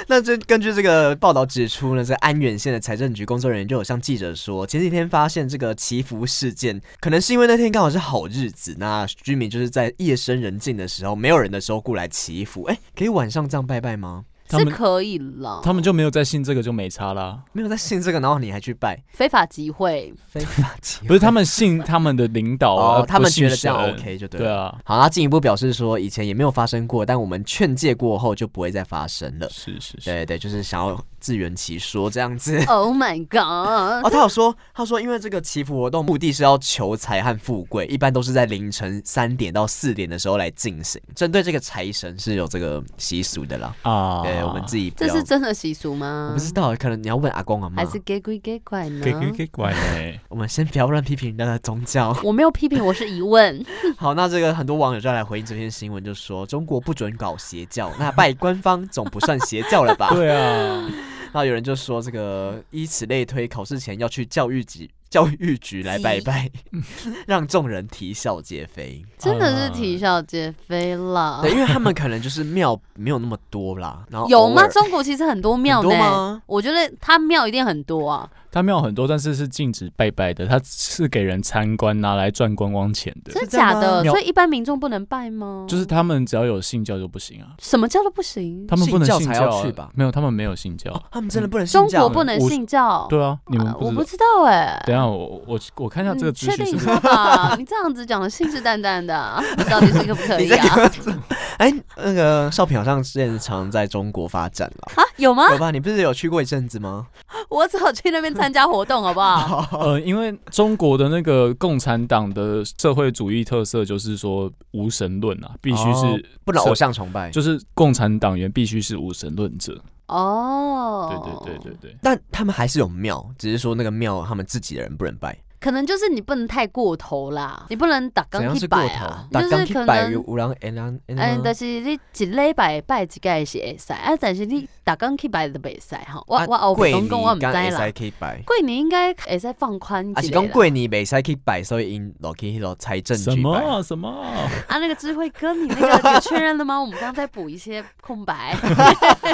S2: 那这根据这个报道指出呢，在安远县的财政局工作人员就有向记者说，前几天发现这个祈福事件，可能是因为那天刚好是好日子，那居民就是在夜深人静的时候，没有人的时候过来祈福。哎、可以晚上这样拜拜吗？
S3: 他
S1: 是
S3: 们
S1: 可以了。
S3: 他们就没有在信这个就没差啦。
S2: 没有在信这个，然后你还去拜，
S1: 非法集会，
S2: 非 法祈福
S3: 不是他们信他们的领导啊，
S2: 哦，他们
S3: 不信
S2: 觉得这样
S3: 神
S2: OK 就对了。
S3: 对啊，
S2: 好，他进一步表示说，以前也没有发生过，但我们劝诫过后就不会再发生了。
S3: 是是是，
S2: 对对，就是想要自圆其说这样子。
S1: Oh my
S2: 哦，
S1: god！
S2: 他有说，他说因为这个祈福活动目的是要求财和富贵，一般都是在凌晨三点到四点的时候来进行。针对这个财神是有这个习俗的啦。
S3: 啊，
S2: 对我们自己不
S1: 这
S2: 要
S1: 是，真的习俗吗？
S2: 我不知道，可能你要问阿公阿妈
S1: 还。是给鬼给怪呢？
S3: 给给给拐 呢，
S2: 我们先不要乱批评人家的 宗教。
S1: 我没有批评，我是疑问。
S2: 好，那这个很多网友就来回应这篇新闻，就说中国不准搞邪教，那拜官方总不算邪教了吧？
S3: 对啊，
S2: 那有人就说这个依此类推，考试前要去教育局教育局来拜拜， 让众人啼笑皆非。
S1: 真的是啼笑皆非了
S2: 对，。因为他们可能就是庙没有那么多啦，然后
S1: 有
S2: 哎偶
S1: 吗？
S2: 尔
S1: 中国其实很多庙
S2: 很多
S1: 呢
S2: 吗，
S1: 我觉得它庙一定很多啊。
S3: 他庙很多，但是是禁止拜拜的，他是给人参观拿来赚观光钱的，
S1: 真的
S2: 这样
S1: 假
S2: 吗
S1: 的？
S3: 庙
S1: 所以一般民众不能拜吗？
S3: 就是他们只要有信教就不行啊，
S1: 什么教都不行，
S3: 他们不能
S2: 信
S3: 信
S2: 教才
S3: 教
S2: 要
S3: 啊
S2: 去吧
S3: 没有，他们没有信教，
S2: 哦他们真的不能信
S1: 中
S2: 教
S1: 国不能
S3: 我
S1: 信教。
S3: 对啊，你们
S1: 啊
S3: 不
S1: 我
S3: 知
S1: 不
S3: 道。
S1: 知道哎。
S3: 等一下我我我看一下
S1: 你
S3: 这个资
S1: 嗯确
S3: 讯
S1: 定一
S3: 是不是
S1: 下吧？你这样子讲的信誓旦旦的，你到底是可不 可
S2: 你
S1: 以
S2: 在
S1: 啊？
S2: 哎，那个少平好像之前常在中国发展了，
S1: 啊，有吗？
S2: 有吧？你不是有去过一阵子吗？
S3: 哦
S1: 我只有去那边参加活动，好不 好？
S3: 呃，因为中国的那个共产党的社会主义特色就是说无神论啊，必须是、
S2: 哦 不能偶像崇拜。
S3: 就是共产党员必须是无神论者。
S1: 哦，
S3: 对对对对，对，
S2: 但他们还是有庙，只是说那个庙他们自己的人不能拜。
S1: 可能就是你不能太过头啦，你不能打
S2: 怎
S1: 刚
S2: 样
S1: 一
S2: 是过
S1: 百
S2: 头
S1: 啊？，
S2: 打
S1: 就
S2: 钢
S1: 是可
S2: 铁拜哎
S1: 能
S2: 有。有人会让会
S3: 啊
S1: 嗯，
S2: 让
S1: 但是你一礼拜拜一届是会使，啊，但是你打工去拜就袂使吼。我
S2: 啊
S1: 我后
S2: 过
S1: 边讲
S2: 年
S1: 讲我唔知
S2: 敢会
S1: 啦
S2: 使。去拜。
S1: 过年应该会使放宽
S2: 啊
S1: 一
S2: 是
S1: 点
S2: 讲
S1: 啦。
S2: 过年袂使去拜，所以因落去迄落财政
S3: 什
S2: 局
S3: 么
S2: 拜。
S3: 啊什么啊？
S1: 啊，那个智慧哥，你那个有确认了吗？我们刚刚在补一些空 白。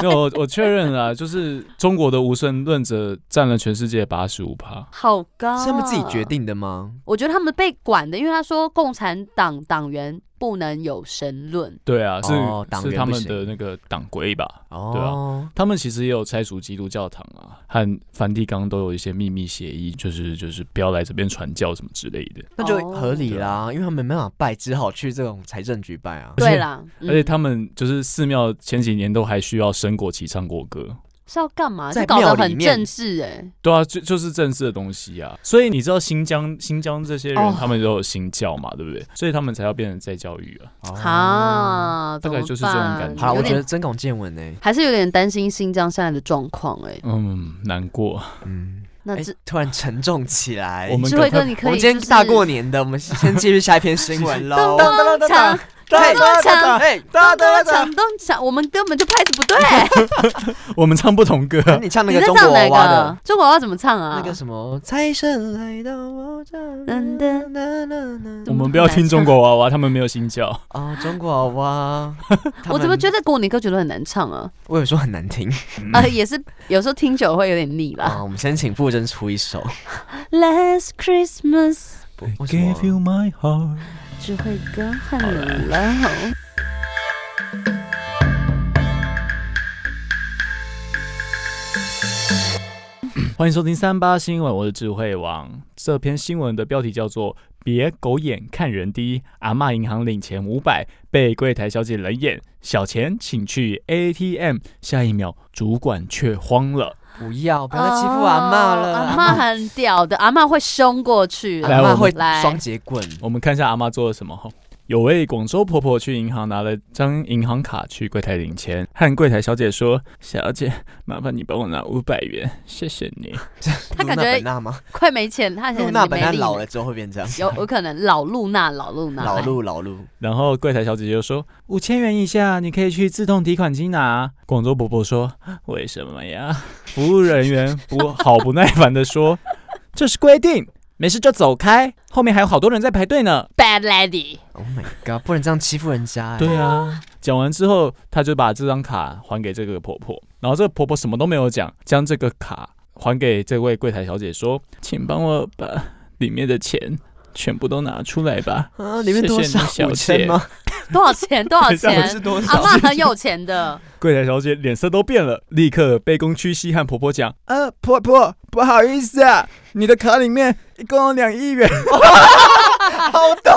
S3: 那我我确认了啊，就是中国的无神论者占了全世界八十五趴。
S1: 好高、啊
S2: 是他们自己决。定的吗？
S1: 我觉得他们被管的，因为他说共产党党员不能有神论。
S3: 对啊，是、
S2: 哦党
S3: 是
S2: 员
S3: 他
S2: 不
S3: 们
S2: 行
S3: 的那个党规吧？对啊
S2: 哦，
S3: 他们其实也有拆除基督教堂啊，和梵蒂冈都有一些秘密协议，就是就是不要来这边传教什么之类的。
S2: 那就
S1: 哦
S2: 合理
S3: 啊
S2: 啦，因为他们没办法拜，只好去这种财政局拜啊。
S3: 而且
S1: 对啦，嗯
S3: 而且他们就是寺庙前几年都还需要升国旗、唱国歌。
S1: 是要干嘛？
S2: 在
S1: 这搞得
S2: 庙里
S1: 很
S2: 面
S1: 正式哎、
S3: 对啊，就就是正式的东西啊。所以你知道新疆新疆这些人、
S1: 哦
S3: 他们都有新教嘛，对不对？所以他们才要变成在教育啊。
S1: 啊，
S3: 大
S1: 怎
S3: 概
S1: 么
S3: 就是这种
S1: 办
S3: 感觉
S2: 哦好啦，我
S1: 有
S2: 觉得
S1: 点
S2: 真孔见闻欸呢、
S1: 还是有点担心新疆现在的状况哎。
S3: 嗯，难过。
S2: 嗯，
S1: 那
S2: 哎
S1: 这、
S2: 突然沉重起来。
S3: 我们
S1: 智慧哥，
S3: 赶快
S1: 你
S2: 我
S1: 可
S2: 们
S1: 以就
S2: 今天
S1: 是
S2: 大过年的，我们先继续下一篇 新闻喽。
S1: 咚咚咚锵，
S2: 咚
S1: 咚锵
S2: 哎，
S1: 咚
S2: 哒
S1: 咚
S2: 哒哒。
S1: 锵咚锵，我们根本就拍子不对。欸
S3: 我们唱不同歌、
S2: 哎那你唱 那
S1: 你
S2: 个
S1: 在
S2: 中
S1: 唱
S2: 国
S1: 哪
S2: 娃娃的
S1: 个？中国娃娃怎么唱啊？
S2: 那个什么财神来到我这。
S1: 噔噔。
S3: 我们不要听中国娃娃，他们没有新教。
S2: 哦，中国娃娃
S1: 我怎么觉
S2: 得？
S1: 得国语歌觉得很难唱啊？
S2: 我有说很难听
S1: 啊，也是有时候听久了会有点腻
S2: 啊。
S1: 啦。
S2: 我们先请傅征出一首。
S1: Last Christmas，
S2: 为什么
S3: my heart。
S1: 智慧哥和冷了。
S3: 欢迎收听三八新闻，我是智慧王。这篇新闻的标题叫做《别狗眼看人低》，阿嬷银行领钱五百被柜台小姐冷眼，小钱请去 ATM。下一秒，主管却慌了。
S2: 不要，不要再欺负阿妈了。
S1: 哦阿妈很屌的，阿妈会凶过去的。
S3: 来
S2: 阿妈
S3: 我们
S2: 会
S1: 来
S2: 双节棍。
S3: 我们看一下阿嬷做了什么。有位广州婆婆去银行拿了张银行卡去柜台领钱，和柜台小姐说：“小姐，麻烦你帮我拿五百元，谢谢你。
S1: 他感觉
S2: 露娜本娜吗？
S1: 快没钱，他
S2: 露
S1: 很
S2: 娜
S1: 没
S2: 本娜
S1: 力
S2: 老了之后会变这样，
S1: 有有可能老露娜，老露娜，
S2: 老路老路。”
S3: 然后柜台小姐就说：“五千元以下，你可以去自动提款机拿。”广州婆婆说：“为什么呀？”服务人员不 好不耐烦的说：“这是规定，没事就走开，后面还有好多人在排队呢。”
S1: ，bad lady，
S2: Oh my god，不能这样欺负人家哎、
S3: 对啊，讲完之后，她就把这张卡还给这个婆婆，然后这个婆婆什么都没有讲，将这个卡还给这位柜台小姐说：“请帮我把里面的钱全部都拿出来吧。
S2: 啊，里面多
S3: 谢谢
S2: 少
S3: 你小
S2: 五千
S3: 姐
S2: 吗？
S1: 多少钱？ 多少
S3: 等一下
S1: 钱
S3: 我？
S2: 是多
S1: 阿
S2: 少？
S1: 妈很有钱的，”
S3: 柜台小姐脸色都变了，立刻卑躬屈膝和婆婆讲：“呃，婆婆，不好意思啊，你的卡里面一共有两 亿元，
S2: 好多，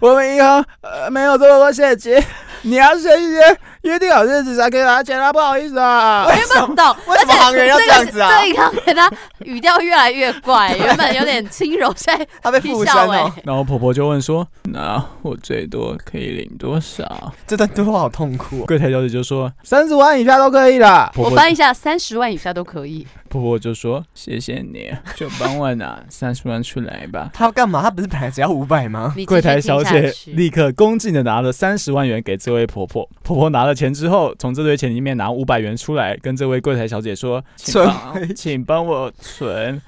S3: 我们银行呃没有这么多现金，你要先约约定好日子才可以拿钱啊，不好意思啊。”
S1: 我原本懂，
S2: 为什么行员要这样子啊
S1: 这个行员他语调越来越 怪，原本有点轻柔，现在
S2: 他被
S1: 皮
S2: 附身
S1: 笑
S2: 哦，
S1: 哎，
S3: 然后婆婆就问说：“那我最多可以领多少
S2: 这段对话好痛苦、？”哦。
S3: 柜台小姐就说：“三十万以下都可以啦。”婆
S1: 我
S3: 婆
S1: 翻一下，三十万以下都可以。
S3: 婆婆就说：“谢谢你，就帮我拿三十万出来吧。
S2: 他要干嘛？他不是本来只要五百吗？
S1: 你”继续
S3: 柜台小
S1: 听
S3: 姐
S1: 下去
S3: 立刻恭敬的拿了三十万元给这位婆婆。婆婆拿了钱之后，从这堆钱里面拿五百元出来，跟这位柜台小姐说：“请
S2: 存
S3: 帮，请帮我存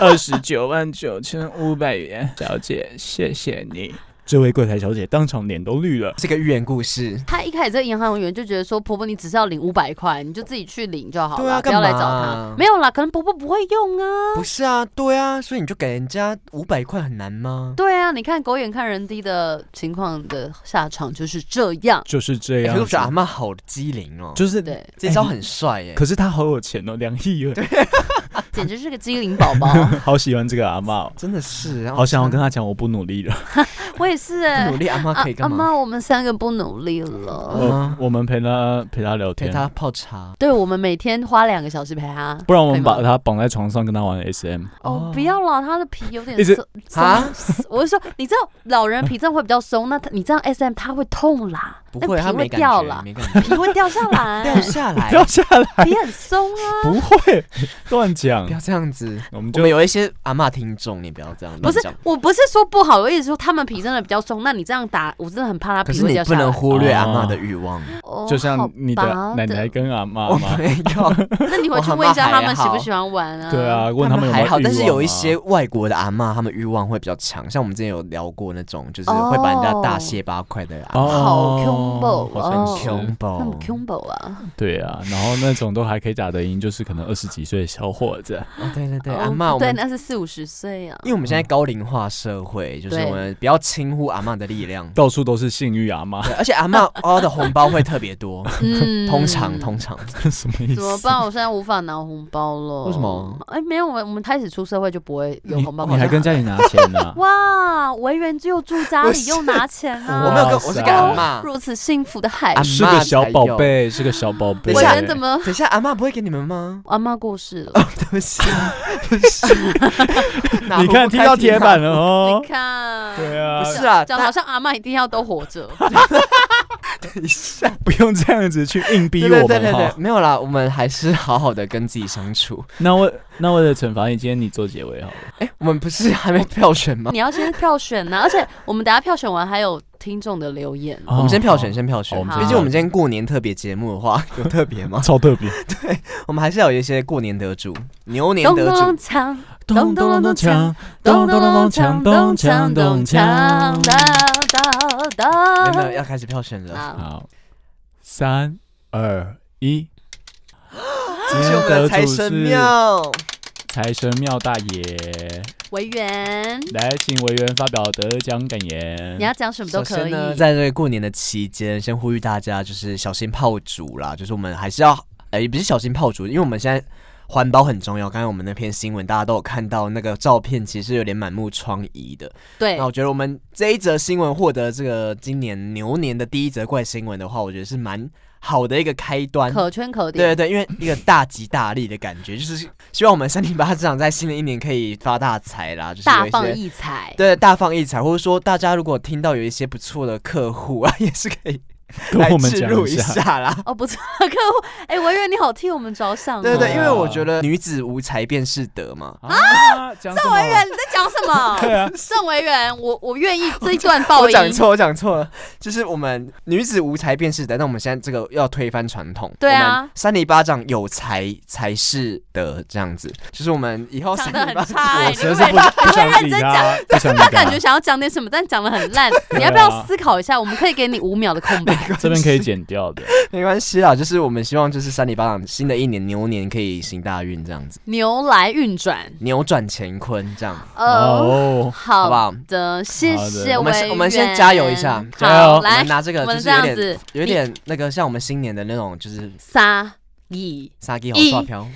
S3: 二十九万九千五百元，小姐，谢谢你。”这位柜台小姐当场脸都绿了。
S2: 这个寓言故事，
S1: 她一开始这个银行员就觉得说，婆婆你只是要领五百块，你就自己去领就好
S2: 对啊
S1: 了，不要来找
S2: 干嘛
S1: 她。没有啦，可能婆婆不会用啊。
S2: 不是啊，对啊，所以你就给人家五百块很难吗？
S1: 对啊，你看狗眼看人低的情况的下场就是这样。
S3: 就是这
S2: 欸可
S3: 样
S2: 是
S3: 子，
S2: 我觉得阿妈好机灵哦，
S3: 就是
S1: 对，
S2: 这招很帅欸耶、
S3: 可是他好有钱哦，两亿元，
S1: 简直是个机灵宝宝。
S3: 好喜欢这个阿嬷哦，
S2: 真的是，然后
S3: 好想要跟他讲我不努力了，
S1: 我也是
S2: 不
S1: 哎、
S2: 努力，阿妈
S1: 啊
S2: 可以
S1: 阿
S2: 干嘛？
S1: 妈，我们三个不努力了。
S3: 我
S2: 嗯
S3: 我们陪他陪他聊
S2: 陪
S3: 天，
S2: 他泡茶。
S1: 对，我们每天花两个小时陪她。
S3: 不然我们
S1: 可以吗
S3: 把他绑在床上跟他玩 SM，
S1: 哦，不要了，他的皮有点
S3: 一直
S1: 松。
S2: 啊
S1: 松我是说，你知道老人皮真的会比较松，那他你这样 S M 他会痛啦，
S2: 不
S1: 那
S2: 会，他
S1: 皮
S2: 没
S1: 会
S2: 感
S1: 掉
S2: 觉，
S1: 啦，
S2: 没感 觉，
S1: 皮会掉下
S2: 掉
S1: 来，
S2: 下来，
S3: 掉下来，
S1: 皮很松啊。
S3: 不会乱讲
S2: 不，要这样子。
S3: 我们
S2: 我
S3: 就
S2: 们有一些阿嬷听众，你不要这样
S1: 不
S2: 乱
S1: 是
S2: 讲。，
S1: 我不是说不好，我一直说他们皮真的比较松。那你这样打，我真的很怕他
S2: 可
S1: 皮
S2: 是
S1: 会
S2: 你
S1: 掉
S2: 不
S1: 下
S2: 能
S1: 来。
S2: 忽略阿
S3: 哦
S2: 嬷的欲望。
S1: 哦
S3: 就像你的
S1: 好吧
S3: 奶奶跟阿妈
S2: 我
S3: 嘛，
S2: 没有，
S1: 那你回去
S2: 我
S1: 问一下
S2: 阿
S1: 他
S2: 嬷
S1: 们喜
S2: 还好
S1: 不喜欢玩啊？
S3: 对啊，，问
S2: 哦嗯他
S3: 们有没
S2: 还
S3: 有
S2: 好，但是
S3: 欲望
S2: 有一
S3: 啊
S2: 些外国的阿嬷，他们欲望会比较强。像我们之前有聊过那种，就是会把人家大卸八块的阿嬷。
S1: 好
S3: 哦
S1: combo
S3: 好
S1: 哦
S3: 像
S2: 穷
S3: 是，
S2: 宝，
S1: 那么 combo 啊，
S3: 对啊，然后那种都还可以打得赢，就是可能二十几岁的小伙子，
S2: 哦对对对，
S1: 哦
S2: 阿嬷，我
S1: 不对，
S2: 们
S1: 那是四五十岁啊
S2: 因。为我们现在高龄化社会，就是
S1: 对
S2: 我们不要轻忽阿嬷的力量。
S3: 到处都是性欲阿妈，
S2: 对，而且阿嬷哦包的红包会特别多，
S1: 嗯，
S2: 通常通常
S3: 什么 意
S1: 怎么
S3: 思？
S1: 办？我现在无法拿红包了。
S2: 为什么？
S1: 哎，没有，我我们开始出社会就不会有
S3: 你
S1: 红包
S3: 你
S1: 好像。？
S3: 还跟家里拿钱呢
S1: 哇，为人只有住家
S2: 不
S1: 里又
S2: 是
S1: 拿钱啊！
S2: 我没有跟，
S3: 哇
S2: 我是
S3: 塞
S2: 跟阿嬷。
S1: 如此幸福的孩
S2: 阿
S1: 子，
S3: 是
S2: 嬷
S3: 个
S2: 才
S3: 小宝
S2: 有
S3: 贝，是个小宝贝。
S2: 等一
S1: 为
S2: 下
S1: 人怎么？
S2: 等一下，阿嬷不会给你们 吗？
S1: 阿妈过世了，
S2: 哦，对不 起，不是，
S3: 你看，听到铁板
S2: 了。
S3: 了哦
S1: 你。看，
S3: 对啊
S2: 不，是啊
S1: 讲得好像阿妈一定要都活着。
S2: 等一下，
S3: 不用这样子去硬逼
S2: 对
S3: 我
S2: 对对
S3: 们
S2: 对对
S3: 哈，。
S2: 没有啦，我们还是好好的跟自己相处。
S3: 那为那为了惩罚你，今天你做结尾好了。
S2: 哎，我们不是还没票选吗？
S1: 你要先票选呐，而且我们等下票选完还有听众的留言。
S2: 我们先票选，
S3: 哦，
S2: 先票选
S3: 好我们。
S1: 先
S2: 毕竟我们今天过年特别节目的话，有特别吗
S3: 好？超特别。
S2: 我们还是要有一些过年得主、牛年
S1: 咚
S2: 得
S1: 咚
S2: 主。
S1: 锵，
S3: 咚咚咚咚锵，咚咚咚咚锵，咚锵咚锵。
S1: 当当
S2: 没有，
S1: 当。
S2: 要开始票选了。
S1: 啊
S3: 好，三二一。今
S2: 这是
S3: 天
S2: 我们的财
S3: 主
S2: 神
S3: 是
S2: 庙，
S3: 财神庙大爷，
S1: 维园，
S3: 来，请委员发表得奖感
S1: 你
S3: 言。
S1: 要讲什么都
S2: 首
S1: 可
S2: 先
S1: 以。
S2: 呢，在这个过年的期间，先呼吁大家就是小心炮竹啦，就是我们还是要，哎、也不是小心炮竹，因为我们现在。环保很重要，刚才我们那篇新闻大家都有看到，那个照片其实有点满目疮痍的。
S1: 对
S2: 那，我觉得我们这一则新闻获得这个今年牛年的第一则怪新闻的话，我觉得是蛮好的一个开端。
S1: 可圈可点。
S2: 对对对，因为一个大吉大利的感觉，就是希望我们三零八市场在新的一年可以发大财啦，就是有
S1: 大
S2: 一
S1: 放
S2: 些
S1: 异彩，
S2: 对，大放异彩，或者说大家如果听到有一些不错的客户啊， 也是可以
S3: 跟
S2: 来
S3: 我们
S2: 置
S3: 讲
S2: 入
S3: 一
S2: 一
S3: 下。
S2: 下啦。
S1: 哦，不错，客户，哎、我以为你好替我们着想、哦。
S2: 对对对，因为我
S3: 啊
S2: 觉得女子无才便是德嘛。
S3: 啊，郑
S1: 郑哦维元，你在讲什
S3: 对
S1: 么？
S3: 啊，
S1: 郑维元，我我愿意这一段爆
S2: 我
S1: 音。
S2: 讲错，我讲错了，就是我们女子无才便是德，但我们现在这个要推翻传统。
S1: 对啊
S2: 我们三里巴掌有才才是德，这样子，就是我们以后三
S1: 讲得
S2: 里巴
S1: 很差
S2: 掌
S1: 哎
S3: 我
S1: 你
S3: 实在
S1: 会
S3: 是不不想理
S1: 认真
S3: 他，不想理
S1: 他感觉
S3: 他。
S1: 想要讲点什么，但讲的很 烂。你
S3: 对
S1: 要不要
S3: 啊
S1: 思考一下？我们可以给你五秒的空白。
S3: 这边可以剪掉的。
S2: 没关系啦，就是我们希望就是三里巴掌新的一年牛年可以行大运这样子，
S1: 牛来运转，
S2: 扭转乾坤这样，
S1: 哦，
S3: 哦，
S2: 好不
S1: 好
S2: 好？
S1: 的，谢
S3: 好的
S1: 谢
S2: 我们
S1: 维
S2: 先
S1: 元
S2: 我们先加油一下
S3: 加油
S1: 好，
S2: 哦我
S1: 来
S2: 们，拿这个
S1: 我们
S2: 就是
S1: 这样
S2: 有点
S1: 子
S2: 有点那个像我们新年的那种就是
S1: 三一
S2: 撒鸡
S1: 一
S2: 红 刷票，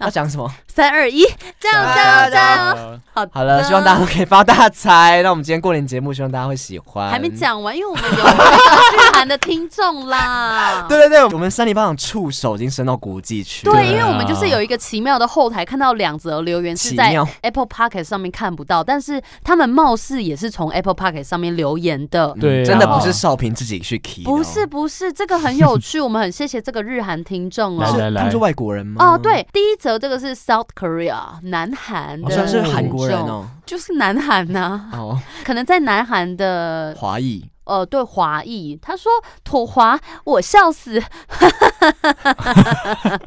S2: 要讲什么？
S1: 三二一，这样这样这样。
S3: 油！
S1: 好的，
S2: 好了，希望大家都可以发大财。那我们今天过年节目，希望大家会喜欢。
S1: 还没。讲完，因为我们有 日韩的听众啦。
S2: 对对对，我们三里巴掌触手已经升到国际去了。
S1: 对，
S3: 对
S1: 因为我们就是
S3: 啊
S1: 有一个奇妙的后台，看到两则留言是
S2: 奇
S1: 在
S2: 妙
S1: Apple p o c k e t 上面看不到，但是他们貌似也是从 Apple p o c k e t 上面留言的。
S2: 嗯
S3: 对啊
S2: 真的不是少平自己去 key，的哦
S1: 不是，不是，这个很有趣，我们很谢谢这个日韩听众
S3: 来
S2: 是
S1: 哦。
S3: 来来
S2: 他们是外国人吗？
S1: 哦，，对，第一则这个是 South Korea 南韩
S2: 好
S1: 的，
S2: 像是韩国人，哦，
S1: 就是南韩呐、
S2: 哦，
S1: 可能在南韩的
S2: 华裔。
S1: 呃对华裔，他说土华，我笑死，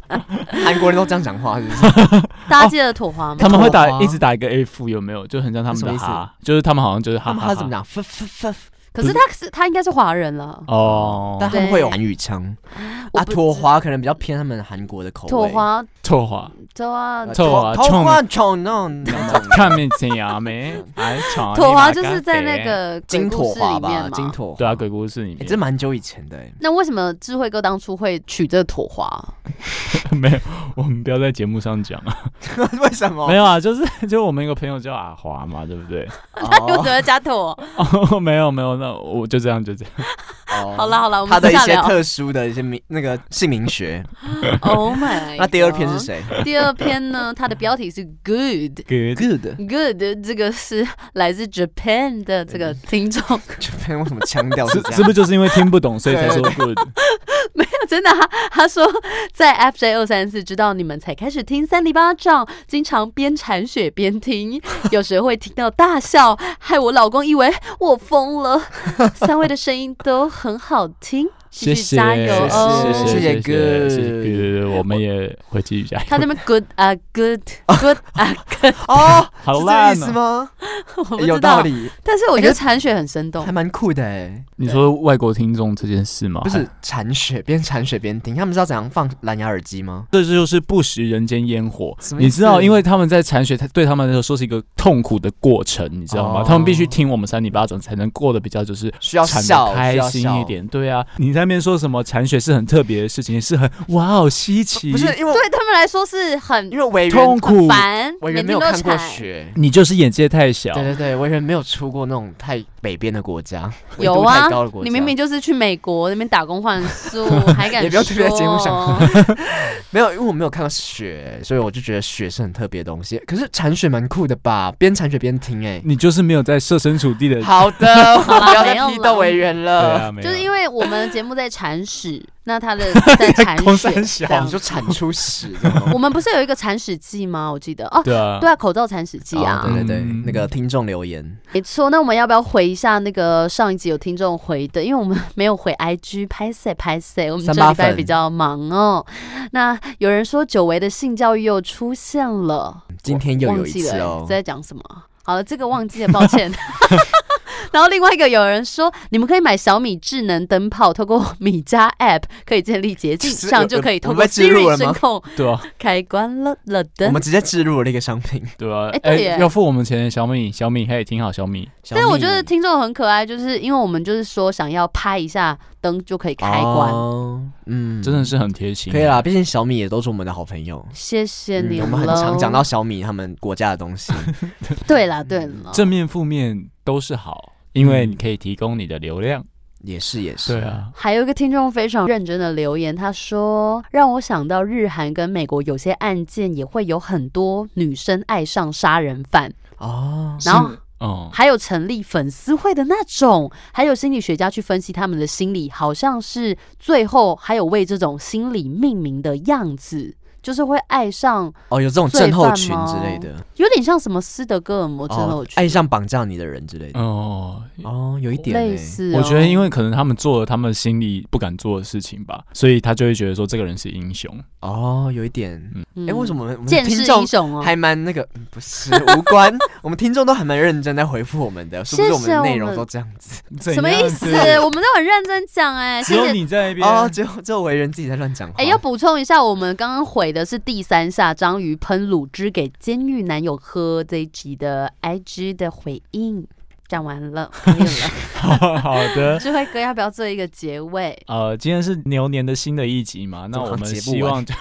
S2: 韩国人都这样讲话，是不 是？哦
S1: 大家记得土华吗？
S3: 他们会
S2: 口
S3: 打
S2: 红
S3: 一直打一个 F 有没有？就很像他们
S2: 什么
S3: 的
S2: 意思
S3: 哈，就是他们好像就是
S2: 他
S3: 哈
S2: 们
S3: 哈
S2: 他
S3: 哈。
S2: 怎么讲？f f f，
S1: 可是他是他应该是华人了，
S3: 哦，
S2: 啊但他们会有韩语腔
S1: 我
S2: 啊。
S1: 不
S2: 妥
S1: 知
S2: 华可能比较偏他们韩国的口味。
S1: 土华
S3: 错话，
S1: 对啊，
S3: 妥华
S2: 妥呃华 冲弄那种
S3: 看面前牙没？哎，闯
S1: 土华就是在那个鬼
S2: 金
S1: 故
S2: 妥
S1: 事里
S2: 华
S1: 面嘛，。
S2: 吧金妥华
S3: 对啊，鬼故事里
S2: 哎，
S3: 面
S2: 这蛮久以前 的哎。
S1: 那为什么智慧哥当初会取这个土华？
S2: 哦
S3: 没有，我们不要在节目上讲啊。
S2: 为什么
S3: 没有啊，就是就我们一个朋友叫阿华嘛，对不对？
S1: 他为什么要加土？
S3: 哦，没有没有，那我就这样就这样。
S2: 哦
S1: 好了，好了，我们
S2: 他的
S1: 私
S2: 一
S1: 下
S2: 些
S1: 聊。
S2: 特殊的一些名那个姓名 学。
S1: Oh my！
S2: 那第二篇是
S1: God？
S2: 谁
S1: 第二篇呢？它的标题是 Good。
S3: Good，
S2: ？Good，
S1: Good，这个是来自 Japan 的这
S2: 嗯
S1: 个听众，
S2: 这篇为什么腔调是这
S3: 是是不
S2: 样？
S3: 是就是因为听不懂，所以才说
S2: 对
S3: good？
S1: 真的、啊，他说在 FJ 二三四知道你们才开始听三零八丈，经常边铲雪边 听，有时候会听到大笑，害我老公以为我疯了。 三位的声音都很好 听，继
S3: 谢
S1: 续
S3: 谢，
S1: 加油哦！
S3: 谢谢，
S2: 谢
S3: 谢
S2: 谢
S3: 谢，谢
S2: good
S3: 谢 good，我们也会继续加油。
S1: 他 那边 good 啊 good good 啊 good，
S2: 哦，
S3: 好
S2: 是这个
S3: 烂
S2: 意思
S3: 哦
S2: 吗？哎
S1: 我不知道哦
S2: 有道，理，
S1: 但是我觉得铲雪很生动
S2: 还。蛮酷的哎。
S3: 你说外国听众这件事吗？
S2: 不是铲雪，边铲雪边听，他们知道怎样放蓝牙耳机吗？
S3: 这就是不食人间烟火
S2: 什，么意思
S3: 你知道，因为他们在铲雪，他对他们来说是一个痛苦的过程，你知道吗？
S2: 哦
S3: 他们必须听我们三里八掌才能过得比较就是
S2: 需要
S3: 铲
S2: 笑
S3: 的，开
S2: 需要
S3: 心
S2: 笑
S3: 一。点。对啊，你在那边说什么铲雪是很特别的事情，是很哇哦稀奇，
S2: 不是因为
S1: 对他们来说是很
S2: 因为委
S3: 痛
S2: 员
S3: 苦。
S1: 烦，每
S2: 委员
S1: 天
S2: 没有
S1: 都
S2: 看过
S1: 铲。
S2: 雪。
S3: 你就是眼界太小，
S2: 对对对，委员没有出过那种太北边的 国家，纬
S1: 有
S2: 度
S1: 啊
S2: 太高的，国家。
S1: 你明明就是去美国那边打工换 宿，还敢
S2: 也不要特别在节目上
S1: 说
S2: 没有，因为我没有看到雪，所以我就觉得雪是很特别的东西。可是铲雪蛮酷的吧？边铲雪边听、欸，
S3: 你就是没有在设身处地的。
S2: 好 的，我
S1: 啦
S2: 不要再
S1: 没有
S2: 批
S1: 啦
S2: 斗委员
S3: 对
S2: 了。
S3: 啊，没有
S1: 就是因为我们的节目在铲 屎，那他的在
S3: 公
S1: 铲
S3: 山
S1: 屎
S3: 小
S1: 这样
S2: 啊你。说铲出屎这种，
S1: 我们不是有一个铲屎记吗？我记得哦，
S3: 对啊，
S1: 对啊，口罩铲屎 记
S2: 哦
S1: 啊，
S2: 对对对，
S3: 嗯
S2: 那个听众留言，
S1: 没错。那我们要不要回一下那个上一集有听众回的？因为我们没有回 IG，拍谁拍谁，我们这
S2: 三
S1: 礼
S2: 八
S1: 拜
S2: 粉
S1: 比较忙哦。那有人说久违的性教育又出现了。
S2: 今天又
S1: 忘
S2: 有一
S1: 记
S2: 次
S1: 了欸
S2: 哦
S1: 这。在讲什么？好了，这个忘记了，抱歉。 然后另外一个有人说，你们可以买小米智能灯泡，透过米家 App 可以建立捷径，
S2: 是
S1: 这样
S2: 有
S1: 就可以
S2: 有
S1: 透
S2: 我
S1: 过
S2: 们被植入
S1: Siri
S2: 了吗
S1: 声控
S3: 对啊，
S1: 开关了了
S2: 我
S1: 灯
S2: 们。直接置入了一个 商品，
S3: 对啊
S1: 哎，对耶
S3: 哎，要付我们钱，小米，小米，嘿，挺好，小米，
S1: 但是我觉得
S2: 小米
S1: 听众很可爱，就是因为我们就是说想要拍一下灯就可以开关，
S2: 哦嗯，
S3: 真的是很贴心。
S2: 可以啦。毕竟小米也都是我们的好朋友，
S1: 谢谢
S2: 嗯
S1: 你喽、
S2: 我们很常讲到小米他们国家的东西。
S1: 对啦对啦，
S2: 嗯
S3: 正面负面都是好，因为你可以提供你的流量。
S2: 也是也是，
S3: 对，啊，
S1: 还有一个听众非常认真的留言，他说让我想到日韩跟美国有些案件也会有很多女生爱上杀人犯，
S2: 哦，
S1: 然后
S3: 哦，
S1: 还有成立粉丝会的那种，还有心理学家去分析他们的心理，好像是最后还有为这种心理命名的样子，就是会爱上，
S2: 哦，有这种
S1: 罪
S2: 症候
S1: 犯
S2: 群之
S1: 吗
S2: 类的，
S1: 有点像什么斯德哥尔摩症候
S2: 哦，
S1: 群，
S2: 爱上绑架你的人之
S1: 嗯
S2: 类的，
S3: 哦，
S2: 哦，有一点
S1: 类
S2: 欸
S1: 似、
S3: 我觉得因
S1: 为。
S3: 为可能他们做了他们心里不敢做的事情吧，所以他就会觉得说这个人是英雄。
S2: 哦，有一点，
S1: 哎
S2: 哎，为什么我们我们
S1: 见
S2: 听
S1: 识
S2: 众
S1: 英雄哦？
S2: 还蛮那个，嗯不是无关， 我们听众都还蛮认真在回复我们的，是不是
S1: 谢
S2: 我们的
S1: 谢
S2: 内
S1: 我
S2: 容
S1: 们
S2: 都这样子？
S1: 什么意思？我们都很认真讲哎、
S3: 只
S1: 谢
S3: 有
S1: 谢。
S3: 你在那边
S2: 哦，只有只有为人自己在乱讲话。
S1: 哎、要补充一下，我们刚刚回的是第三下章鱼喷乳汁给监狱男友喝这一集的 IG 的回应，讲完了，可以了。
S3: 好的。
S1: 智慧哥要不要做一个结尾？
S3: 呃，今天是牛年的新的一集 嘛，那
S2: 怎么
S3: 我们
S2: 节目啊
S3: 希
S2: 完
S3: 望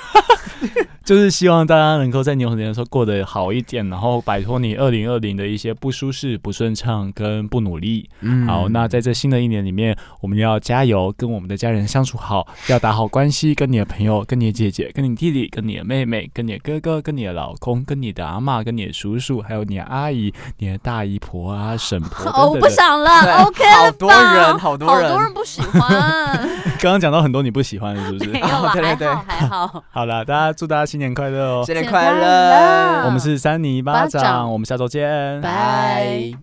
S3: 就是希望大家能够在牛年的时候过得好一点，然后摆脱你二零二零的一些不舒适、不顺畅跟不努力。
S2: 嗯
S3: 好，那在这新的一年里面，我们要加油，跟我们的家人相处好，要打好关系，跟你的朋友、跟你的姐姐、跟你弟弟、跟你的妹妹、跟你的哥哥、跟你的老公、跟你的阿嬷、跟你的叔叔，还有你的阿姨、你的大姨婆啊、婶婆等等的。
S1: 哦，我不 想
S2: 对
S1: 了，OK
S2: 好
S1: 了吧
S2: 多人好多人
S1: 好多人不喜欢，
S3: 刚刚讲到很多你不喜欢的，是不
S1: 没
S3: 是
S1: 有？啦，
S2: 哦 对对对
S1: 还好还好。
S3: 好了，大家祝大家新年快乐哦！
S2: 新年
S1: 年
S2: 快
S1: 快
S2: 乐！
S1: 乐
S3: 我们是三尼巴
S1: 啊巴掌
S3: 掌，我们下周见，
S1: 拜。